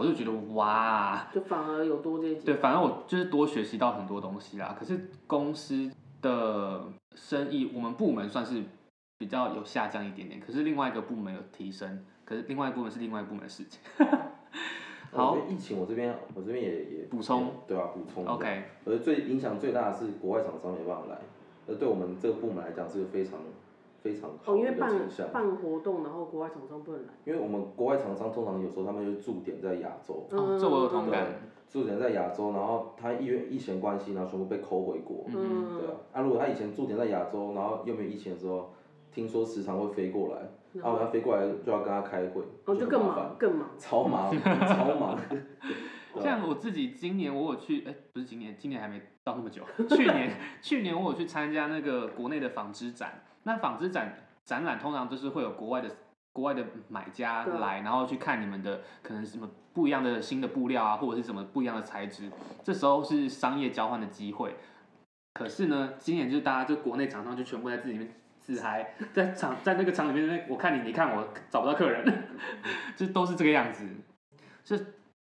Speaker 2: 我就觉得哇，
Speaker 3: [laughs] 就反而有多这一集
Speaker 2: 对，反正我就是多学习到很多东西啦。可是公司的生意，我们部门算是比较有下降一点点，可是另外一个部门有提升，可是另外一部门是另外一部门的事情。 [laughs] [laughs] 好
Speaker 6: 我觉得疫情我这边我这边也也
Speaker 2: 补充
Speaker 6: 也对啊，补充一下
Speaker 2: OK，
Speaker 6: 我觉得最影响最大的是国外厂商没办法来，而对我们这个部门来讲是个非常非常好
Speaker 3: 哦，因
Speaker 6: 的
Speaker 3: 为
Speaker 6: 一个
Speaker 3: 办
Speaker 6: 景象。
Speaker 3: 办活动，然后国外厂商不能来。
Speaker 6: 因为我们国外厂商通常有时候他们就驻点在亚洲，
Speaker 2: 哦，这我有同
Speaker 6: 嗯
Speaker 2: 感。
Speaker 6: 驻点在亚洲，然后他因为疫情关系，然后全部被扣回国。
Speaker 2: 嗯
Speaker 6: 对啊
Speaker 3: 嗯，，
Speaker 6: 啊，如果他以前驻点在亚洲，然后又没有疫情的时候，听说时常会飞过来，
Speaker 3: 然
Speaker 6: 啊，我
Speaker 3: 后
Speaker 6: 要飞过来就要跟他开会，
Speaker 3: 嗯哦就更
Speaker 6: 很麻烦
Speaker 3: 忙，更忙。
Speaker 6: 超忙，超忙。
Speaker 3: 啊
Speaker 2: 像我自己今年我有去，哎、不是今年，今年还没到那么久。去年， [laughs] 去年我有去参加那个国内的纺织展。那纺织展展览通常就是会有国外的国外的买家
Speaker 3: 对啊
Speaker 2: 来，然后去看你们的可能什么不一样的新的布料啊，或者是什么不一样的材质。这时候是商业交换的机会。可是呢，今年就是大家就国内厂商就全部在自己里面自嗨，在厂在那个厂里面，那我看你，你看我，找不到客人，就都是这个样子。就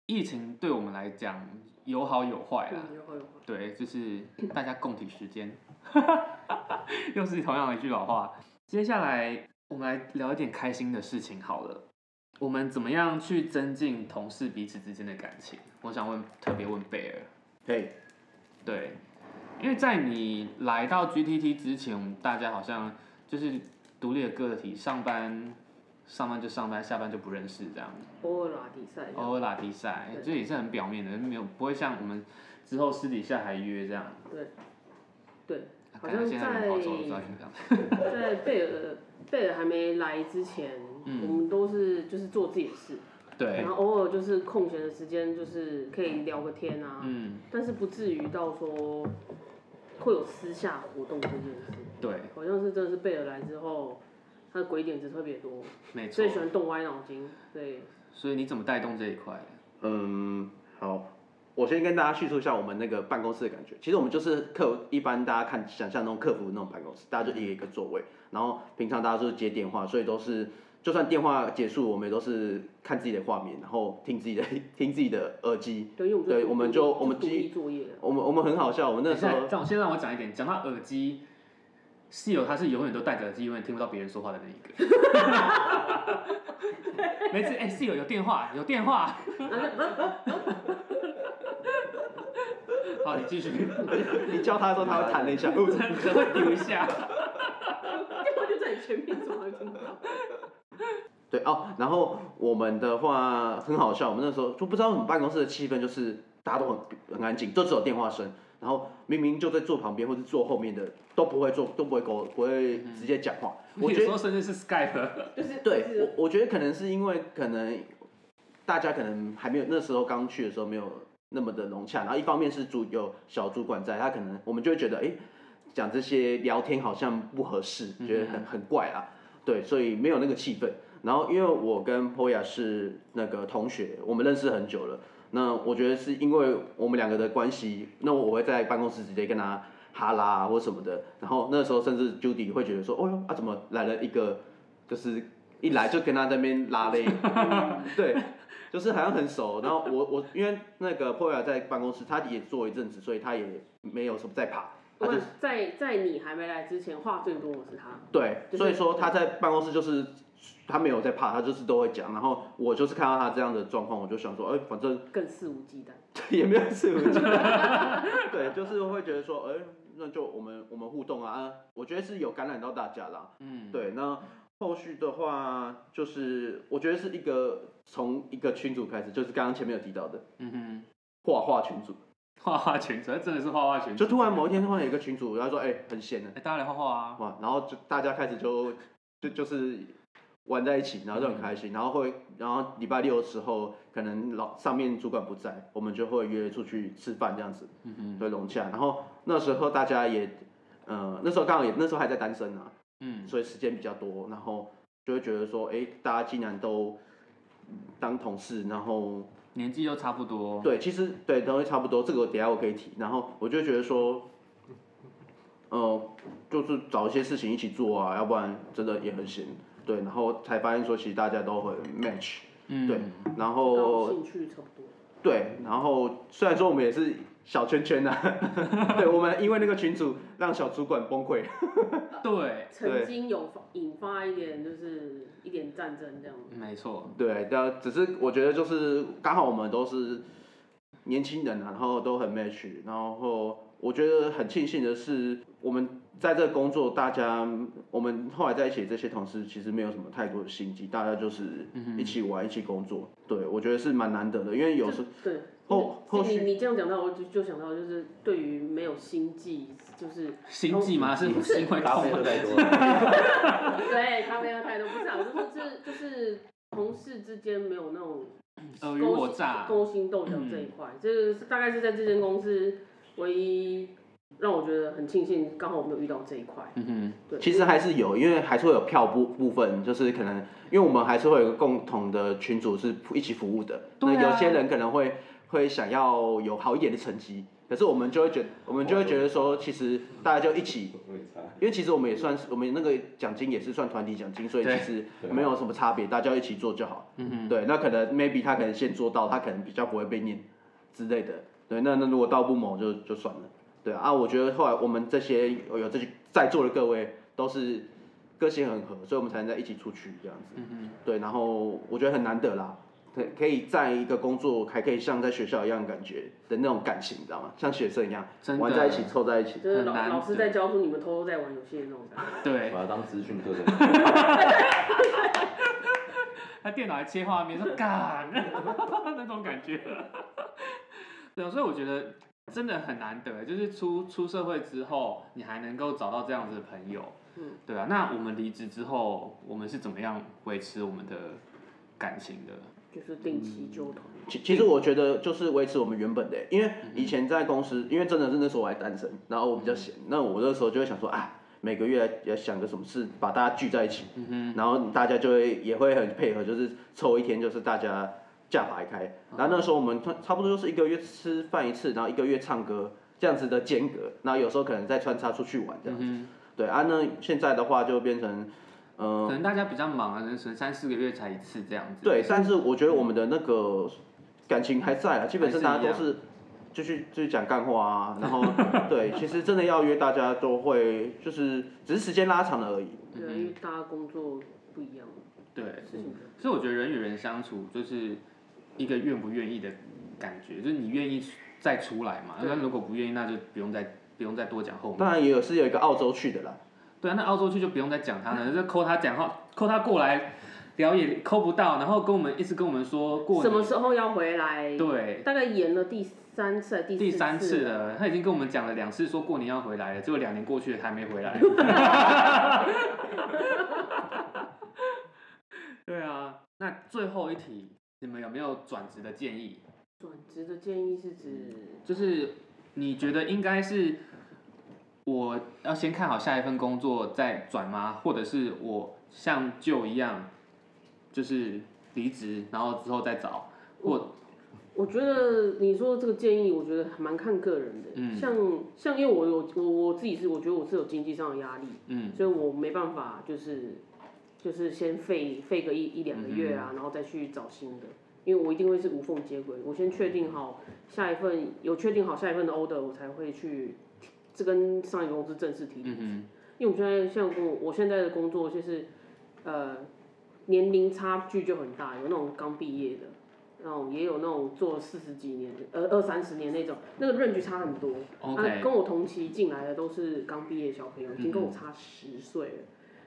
Speaker 2: 疫情对我们来讲有好有坏啦，
Speaker 3: 嗯有会有会
Speaker 2: 对，就是大家共体时间， [laughs] 又是同样的一句老话。接下来我们来聊一点开心的事情好了。我们怎么样去增进同事彼此之间的感情？我想问，特别问贝尔。
Speaker 4: 嘿，
Speaker 2: 对，因为在你来到 GTT 之前，我们大家好像就是独立的个体，上班上班就上班，下班就不认识这样，
Speaker 3: 偶尔拉比赛这样，
Speaker 2: 偶尔打比赛，
Speaker 3: 对
Speaker 2: 这也是很表面的，没有不会像我们之后私底下还约这样。
Speaker 3: 对，好
Speaker 2: 啊感觉
Speaker 3: 像
Speaker 2: 现在
Speaker 3: 在
Speaker 2: 人跑走了，不知道怎么样。
Speaker 3: [laughs] 在贝尔贝尔还没来之前，
Speaker 2: 嗯哎
Speaker 3: 我们都是就是做自己的事，
Speaker 2: 对
Speaker 3: 然，后偶尔就是空闲的时间，就是可以聊个天啊，
Speaker 2: 嗯，
Speaker 3: 但是不至于到说会有私下活动这件事。
Speaker 2: 对，
Speaker 3: 好像是真的是贝尔来之后，他的鬼点子特别多，
Speaker 2: 没错
Speaker 3: 所以。喜欢动歪脑筋。对，
Speaker 2: 所以你怎么带动这一块？
Speaker 4: 嗯，好，我先跟大家叙述一下我们那个办公室的感觉。其实我们就是客，一般大家看想象中客服那种办公室，大家就一个一个座位，然后平常大家都是接电话，所以都是就算电话结束，我们也都是看自己的画面，然后听自己的听自己的耳机。
Speaker 3: 对，因为
Speaker 4: 对我
Speaker 3: 我
Speaker 4: 们
Speaker 3: 们
Speaker 4: 就
Speaker 3: 独
Speaker 4: 我们
Speaker 3: 独立
Speaker 4: 基
Speaker 3: 作业了。 [laughs]
Speaker 4: 我们我们很好笑，我们那时候
Speaker 2: 等一下让我先让我讲一点，讲到耳机，室友他是永远都戴着耳机，永远听不到别人说话的那一个。每次哎，室友有电话，有电话。好，你继续，
Speaker 4: [laughs] 你叫他的时候，他会弹了一下，哦
Speaker 2: 可会丢一下。
Speaker 3: 电话就在你前面，怎么会听不到？
Speaker 4: 对哦，然后我们的话很好笑，我们那时候就不知道我们办公室的气氛就是大家都很很安静，就只有电话声，然后明明就在坐旁边或是坐后面的都不会坐，都不会沟，不会直接讲话。我
Speaker 2: 我有
Speaker 4: 觉
Speaker 2: 时
Speaker 4: 得
Speaker 2: 候甚至是 Skype，
Speaker 3: [laughs] 就是就是
Speaker 4: 对，我我觉得可能是因为可能大家可能还没有那时候刚去的时候没有那么的融洽，然后一方面是主有小主管在，他可能我们就会觉得哎。诶讲这些聊天好像不合适，觉得很
Speaker 3: 嗯
Speaker 4: 很怪啊。对，所以没有那个气氛。然后因为我跟 Poya 是那个同学，我们认识很久了。那我觉得是因为我们两个的关系，那我会在办公室直接跟他哈拉啊或什么的。然后那时候甚至 Judy 会觉得说，哦哟，啊怎么来了一个，就是一来就跟他在那边拉
Speaker 3: [laughs]
Speaker 4: 嘞，对，就是好像很熟。然后我我因为那个 Poya 在办公室，他也做一阵子，所以他也没有什么在爬，
Speaker 3: 我
Speaker 4: 他就是
Speaker 3: 想在在你还没来之前，话最多的是他。
Speaker 4: 对，
Speaker 3: 就是
Speaker 4: 所以说他在办公室就是他没有在怕，他就是都会讲。然后我就是看到他这样的状况，我就想说，哎、反正
Speaker 3: 更肆无忌惮，
Speaker 4: [laughs] 也没有事，对，就是会觉得说，哎、那就我们我们互动啊啊，我觉得是有感染到大家啦。
Speaker 2: 嗯，
Speaker 4: 对，那后续的话，就是我觉得是一个从一个群组开始，就是刚刚前面有提到的
Speaker 2: 嗯
Speaker 4: 画画群组，
Speaker 2: 哼，画画群组，真的是画画群组，
Speaker 4: 就突然某一天突然有一个群组，然后说，哎、很闲的，
Speaker 2: 哎，大家来画画啊，
Speaker 4: 哇，然后就大家开始就就就是玩在一起，然后就很开心，然后会，然后礼拜六的时候，可能老上面主管不在，我们就会约出去吃饭这样子，
Speaker 2: 嗯哼，
Speaker 4: 对，融洽。然后那时候大家也，呃，那时候刚好也那时候还在单身啊，
Speaker 2: 嗯，
Speaker 4: 所以时间比较多，然后就会觉得说，哎，大家既然都当同事，然后
Speaker 2: 年纪又差不多，
Speaker 4: 对，其实对都会差不多，这个等一下我可以提。然后我就觉得说，呃，就是找一些事情一起做啊，要不然真的也很闲。对，然后才发现说，其实大家都很 match。
Speaker 2: 嗯，
Speaker 4: 对然
Speaker 3: 跟我
Speaker 4: 后
Speaker 3: 兴趣差不多。
Speaker 4: 对，然后虽然说我们也是小圈圈啊， [laughs] 对，我们因为那个群主让小主管崩溃。
Speaker 2: 对，
Speaker 3: 曾经有发引发一点就是一点战争这样，
Speaker 4: 嗯
Speaker 2: 没错，
Speaker 4: 对，但只是我觉得就是刚好我们都是年轻人啊，然后都很 match，然后我觉得很庆幸的是，我们在这个工作，大家我们后来在一起的这些同事，其实没有什么太多的心机，大家就是一起玩、一起工作。对，我觉得是蛮难得的，因为有时候
Speaker 3: 对。
Speaker 4: 后
Speaker 3: 因
Speaker 4: 后
Speaker 3: 为
Speaker 4: 续
Speaker 3: 你你这样讲到，我就就想到就是对于没有心计，
Speaker 4: [laughs]
Speaker 3: 就是
Speaker 2: 心悸吗？是心会
Speaker 6: 咖
Speaker 2: 痛
Speaker 6: 啡喝
Speaker 2: 吗？
Speaker 6: 太多了，
Speaker 3: 对咖啡喝太多，不是啊，我就是就是就是同事之间没有那
Speaker 4: [clears throat]
Speaker 3: 种
Speaker 4: 呃
Speaker 2: 尔虞我诈，
Speaker 3: 勾心斗角
Speaker 4: 嗯
Speaker 3: 这一块，这大概是在这间公司唯一让我觉得很庆幸，刚好我没有遇到这一块。
Speaker 2: 嗯哼。
Speaker 3: 对，
Speaker 4: 其实还是有，因为还是会有票部部分，就是可能因为我们还是会有一个共同的群组是一起服务的，
Speaker 2: 对啊
Speaker 4: 那有些人可能会会想要有好一点的成绩，可是我们就会觉我们就会觉得说，其实大家就一起。
Speaker 6: 我也差。
Speaker 4: 因为其实我们也算是我们那个奖金也是算团体奖金，所以其
Speaker 2: 对
Speaker 4: 实没有什么差别，大家一起做就好。
Speaker 2: 嗯哼，
Speaker 4: 对，那可能 maybe 他可能先做到，他可能比较不会被念之类的。对，那那如果到不某就就啊算了。对啊，我觉得后来我们这些有有这些在座的各位都是个性很合，所以我们才能在一起出去这样子。
Speaker 2: 嗯哼，
Speaker 4: 对，然后我觉得很难得啦，对，可以在一个工作还可以像在学校一样感觉的那种感情，你知道吗？像学生一样
Speaker 2: 真的
Speaker 4: 玩在一起，凑在一起。
Speaker 3: 就是老
Speaker 2: 很难嗯
Speaker 3: 老师在教书，你们偷偷在玩游戏的那种感觉。
Speaker 2: 对，
Speaker 6: 把它当资讯课的。
Speaker 2: [laughs] 他电脑还切画面，说干 [laughs] 那种感觉。 [laughs] 对啊，所以我觉得真的很难得，就是出出社会之后，你还能够找到这样子的朋友。
Speaker 3: 嗯，
Speaker 2: 对啊，那我们离职之后，我们是怎么样维持我们的感情的？
Speaker 3: 就是定期纠团。
Speaker 2: 嗯
Speaker 4: 其其实我觉得就是维持我们原本的欸、因为以前在公司，因为真的是那时候我还单身，然后我比较闲，那我那时候就会想说啊，每个月要想个什么事，把大家聚在一起，然后大家就会也会很配合，就是抽一天，就是大家架排开。然后那时候我们差差不多就是一个月吃饭一次，然后一个月唱歌这样子的间隔，然后有时候可能再穿插出去玩这样子。对啊，那现在的话就变成，嗯、
Speaker 2: 可能大家比较忙啊，可能三四个月才一次这样子。
Speaker 4: 对，但是我觉得我们的那个感情还在啊，基本上大家都是就是就是讲干话 [laughs] 啊，然后对，其实真的要约，大家都会就是只是时间拉长了而已。
Speaker 3: 对啊，因为大家工作不一样，
Speaker 2: 嗯对，
Speaker 3: 事情不一样
Speaker 2: 所以我觉得人与人相处就是一个愿不愿意的感觉，就是你愿意再出来嘛，
Speaker 3: 对
Speaker 2: 那如果不愿意，那就不用再不用再多讲后面。
Speaker 4: 当然也有是有一个澳洲去的啦，
Speaker 2: 对啊，那澳洲去就不用再讲他了，就扣他讲话，扣他过来聊也扣不到，然后跟我们一直跟我们说过
Speaker 3: 什么
Speaker 2: 年
Speaker 3: 时候要回来？
Speaker 2: 对
Speaker 3: 大概演了第三次、第
Speaker 2: 第
Speaker 3: 四
Speaker 2: 三次
Speaker 3: 次。
Speaker 2: 了，他已经跟我们讲了两次，说过年要回来了，结果两年过去了还没回
Speaker 3: [laughs]
Speaker 2: 来。对啊，那最后一题，你们有没有转职的建议？
Speaker 3: 转职的建议是指，
Speaker 2: 就是你觉得应该是我要先看好下一份工作再转吗？或者是我像旧一样，就是离职，然后之后再找？
Speaker 3: 哦
Speaker 2: 或
Speaker 3: 我觉得你说这个建议，我觉得还蛮看个人的。
Speaker 2: 嗯
Speaker 3: 像像因为我有我我自己是，我觉得我是有经济上的压力，
Speaker 2: 嗯
Speaker 3: 所以我没办法就是就是先废废个一一两个月啊，然后再去找新的，因为我一定会是无缝接轨。我先确定好下一份有确定好下一份的 order，我才会去这跟上一个公司正式提离职。
Speaker 2: 嗯
Speaker 3: 因为我现在像我我现在的工作就是，呃，年龄差距就很大，有那种刚毕业的，然后也有那种做四十几年的，呃二三十年那种，那个 range 差很多。
Speaker 2: 哼
Speaker 3: 啊，
Speaker 2: ，OK，
Speaker 3: 跟我同期进来的都是刚毕业的小朋友，已经跟我差十岁了，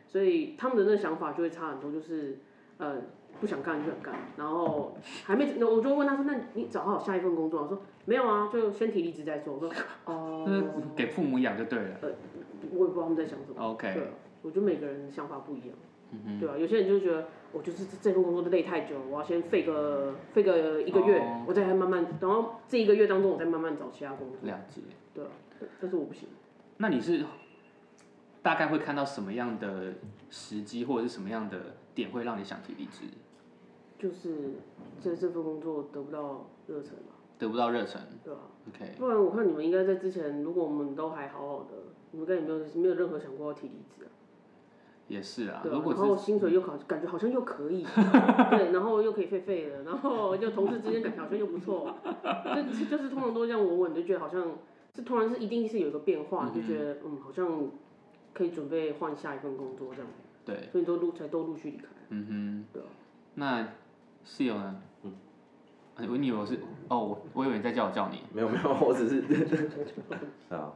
Speaker 3: 所以他们的那想法就会差很多，就是呃不想干就想干，然后还没，我就问他说，那你找好下一份工作？我说没有啊，就先提离职再说。我说哦、
Speaker 2: 就是给父母养就对了。
Speaker 3: 我也不知道他们在想什么。对
Speaker 2: OK，
Speaker 3: 啊，我觉得每个人想法不一样，
Speaker 2: 嗯哼，
Speaker 3: 对吧、啊有些人就觉得哦我就是这这份工作累太久了，我要先废个废个一个月，
Speaker 2: 哦
Speaker 3: 我再慢慢，然后这一个月当中我再慢慢找其他工作，
Speaker 2: 了解。
Speaker 3: 对啊，但是我不行。
Speaker 2: 那你是大概会看到什么样的时机，或者是什么样的点会让你想提离职？
Speaker 3: 就是在这份工作得不到热忱嘛，
Speaker 2: 得不到热忱
Speaker 3: 对吧、
Speaker 2: ，OK，
Speaker 3: 不然我看你们应该在之前，如果我们都还好好的，你们应该也没有没有任何想过要提离职啊，
Speaker 2: 也是啊。
Speaker 3: 对吧、
Speaker 2: 如果
Speaker 3: 然后
Speaker 2: 是
Speaker 3: 薪水又好，感觉好像又可
Speaker 2: [laughs]
Speaker 3: 以，对，然后又可以废废的，然后就同事之间感觉好像又不错，就就是通常都这样稳稳，就觉得好像是突然是一定是有一个变化，就觉得嗯好像可以准备换下一份工作这样，
Speaker 2: 嗯对，
Speaker 3: 所以都陆才都陆续离
Speaker 2: [laughs]
Speaker 3: 开，
Speaker 2: 嗯
Speaker 3: 对
Speaker 2: 哼，那室友呢？嗯，我以为我是哦，我我以为你在叫我叫你。
Speaker 6: [laughs] 没有没有，我只是 [laughs] 啊，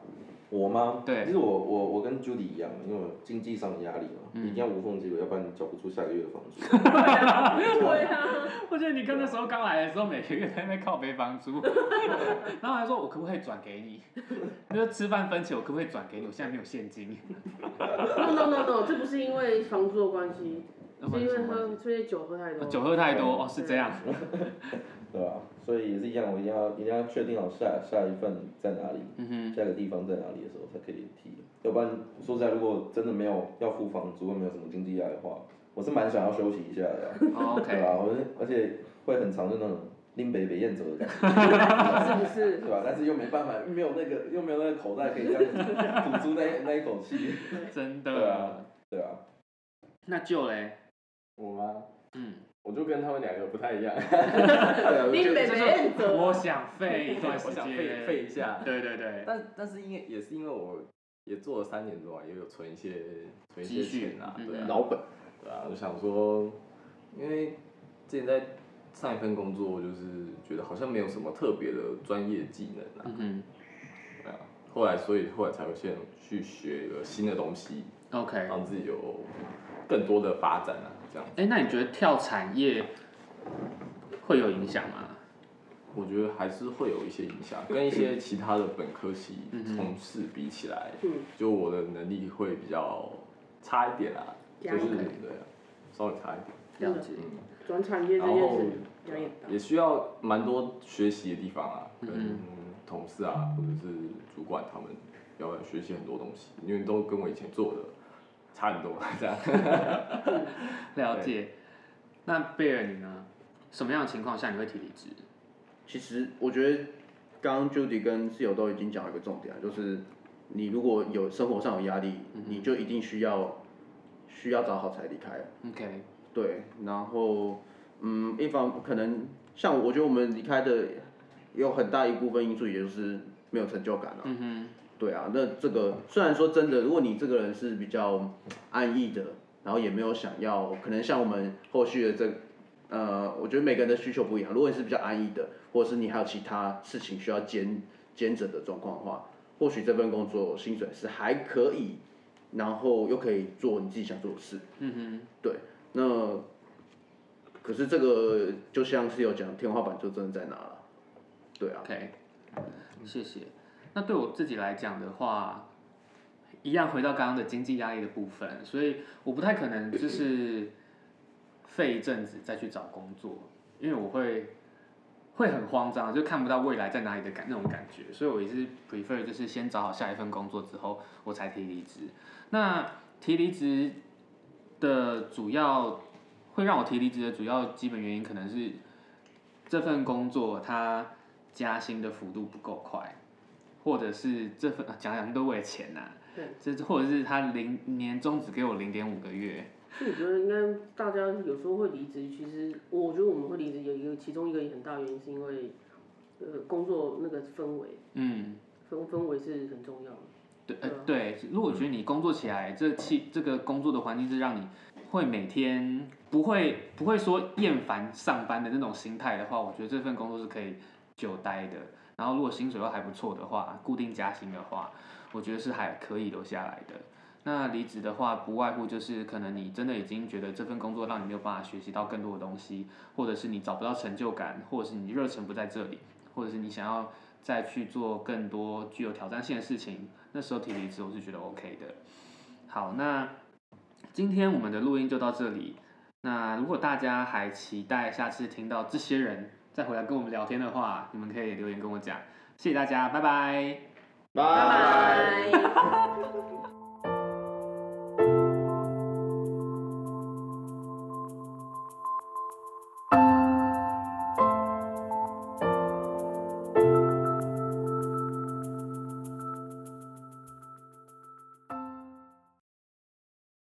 Speaker 6: 我吗？
Speaker 2: 对
Speaker 6: 其实我我我跟 Judy 一样，因为我经济上的压力嘛，一定要无缝接轨，要不然你缴不出下个月的房租。
Speaker 3: 对啊，
Speaker 2: 我觉得你刚那时候刚来的时候，每个月在那边靠背房租， [laughs] 然后还说我可不可以转给你？那就吃饭分钱，我可不可以转给你？我现在没有现金。
Speaker 3: No no no no，这不是因为房租的关系，
Speaker 2: 那不
Speaker 3: 是
Speaker 2: 然
Speaker 3: 因
Speaker 2: 什
Speaker 3: 为
Speaker 2: 么关系
Speaker 3: 喝这些酒喝太多。
Speaker 2: 酒喝太多哦，是这样。
Speaker 6: 对吧、所以也是一样，我一定要一定要确定好下下一份在哪里，
Speaker 2: 嗯
Speaker 6: 下一个地方在哪里的时候才可以提。要不然说实在，如果真的没有要付房租，没有什么经济压力的话，我是蛮想要休息一下的、啊，
Speaker 2: [laughs] 哼哦
Speaker 6: 对吧、
Speaker 2: ，OK，
Speaker 6: 我是而且会很常就那种拎北北燕走的感觉，
Speaker 2: [laughs]
Speaker 3: 是不是？
Speaker 6: 对吧、但是又没办法，没有那个又没有那个口袋可以这样子 [laughs] 吐出那那一口气，
Speaker 2: 真
Speaker 6: 对
Speaker 2: 的
Speaker 6: 啊。对啊。
Speaker 2: 那就嘞，
Speaker 5: 我吗？
Speaker 2: 嗯，
Speaker 5: 我就跟他们两个不太
Speaker 2: [laughs]
Speaker 5: 一样，啊
Speaker 3: 你北
Speaker 2: 就
Speaker 3: 北
Speaker 2: 是
Speaker 3: 认责，
Speaker 2: 我想废一段时
Speaker 5: [laughs] 我
Speaker 2: 间，
Speaker 5: 想废废一下。
Speaker 2: 对对对，
Speaker 5: 但但是因为也是因为我
Speaker 6: 也做了三年多啊，也有存一些存一
Speaker 2: 积
Speaker 6: 些
Speaker 2: 蓄
Speaker 6: 钱啊，
Speaker 2: 嗯
Speaker 6: 对啊，
Speaker 4: 老本，
Speaker 6: 对啊，我想说，因为之前在上一份工作，就是觉得好像没有什么特别的专业技能啊，
Speaker 2: 嗯
Speaker 6: 对啊，后来所以后来才会先去学一个新的东西，
Speaker 2: 哼，OK。
Speaker 6: 让自己有更多的发展啊，这样。
Speaker 2: 哎、那你觉得跳产业会有影响吗？
Speaker 6: 我觉得还是会有一些影响，跟一些其他的本科系
Speaker 2: 嗯
Speaker 6: 从事比起来，
Speaker 3: 嗯
Speaker 6: 就我的能力会比较差一点啊，
Speaker 3: 压
Speaker 6: 就
Speaker 3: 力
Speaker 6: 是对啊，稍微差一点，啊
Speaker 2: 了解，
Speaker 3: 转产业这件事压力很大。
Speaker 6: 也需要蛮多学习的地方啊，跟同事啊或者是主管他们要学习很多东西，因为都跟我以前做的差很多， [laughs] 这样。
Speaker 2: 了解。那贝尔你呢？什么样的情况下你会提离职？
Speaker 4: 其实我觉得刚刚 Judy 跟室友都已经讲了一个重点了，就是你如果有生活上有压力，你就一定需要需要找好才离开。啊
Speaker 2: OK，
Speaker 4: 对，然后嗯，一方可能像我觉得我们离开的有很大一部分因素，也就是没有成就感啊。
Speaker 2: 嗯
Speaker 4: 对啊，那这个虽然说真的，如果你这个人是比较安逸的，然后也没有想要，可能像我们后续的这，呃，我觉得每个人的需求不一样。如果你是比较安逸的，或者是你还有其他事情需要兼兼着的状况的话，或许这份工作薪水是还可以，然后又可以做你自己想做的事。
Speaker 2: 哼，嗯
Speaker 4: 那可是这个就像是有讲，天花板就真的在哪了。对啊
Speaker 2: 哼。，OK，谢谢。那对我自己来讲的话，一样回到刚刚的经济压力的部分，所以我不太可能就是废一阵子再去找工作，因为我会会很慌张，就看不到未来在哪里的感那种感觉，所以我也是 prefer 就是先找好下一份工作之后，我才提离职。那提离职的主要会让我提离职的主要基本原因，可能是这份工作它加薪的幅度不够快，或者是这份啊讲讲都为了钱呐、
Speaker 3: 对，
Speaker 2: 这或者是他零年终只给我零点五个月，
Speaker 3: 所以我觉得应该大家有时候会离职，其实我觉得我们会离职有一个其中一个很大原因是因为，呃，工作那个氛围
Speaker 2: 嗯，
Speaker 3: 氛氛围是很重要的。
Speaker 2: 对，呃，对，如果觉得你工作起来，这气这个工作的环境是让你会每天不会不会说厌烦上班的那种心态的话，我觉得这份工作是可以久待的。然后如果薪水又还不错的话，固定加薪的话，我觉得是还可以留下来的。那离职的话，不外乎就是可能你真的已经觉得这份工作让你没有办法学习到更多的东西，或者是你找不到成就感，或者是你热忱不在这里，或者是你想要再去做更多具有挑战性的事情，那时候提离职我是觉得 OK 的。好，那今天我们的录音就到这里。那如果大家还期待下次听到这些人再回来跟我们聊天的话，你们可以留言跟我讲。谢谢大家，拜拜。
Speaker 3: 拜拜。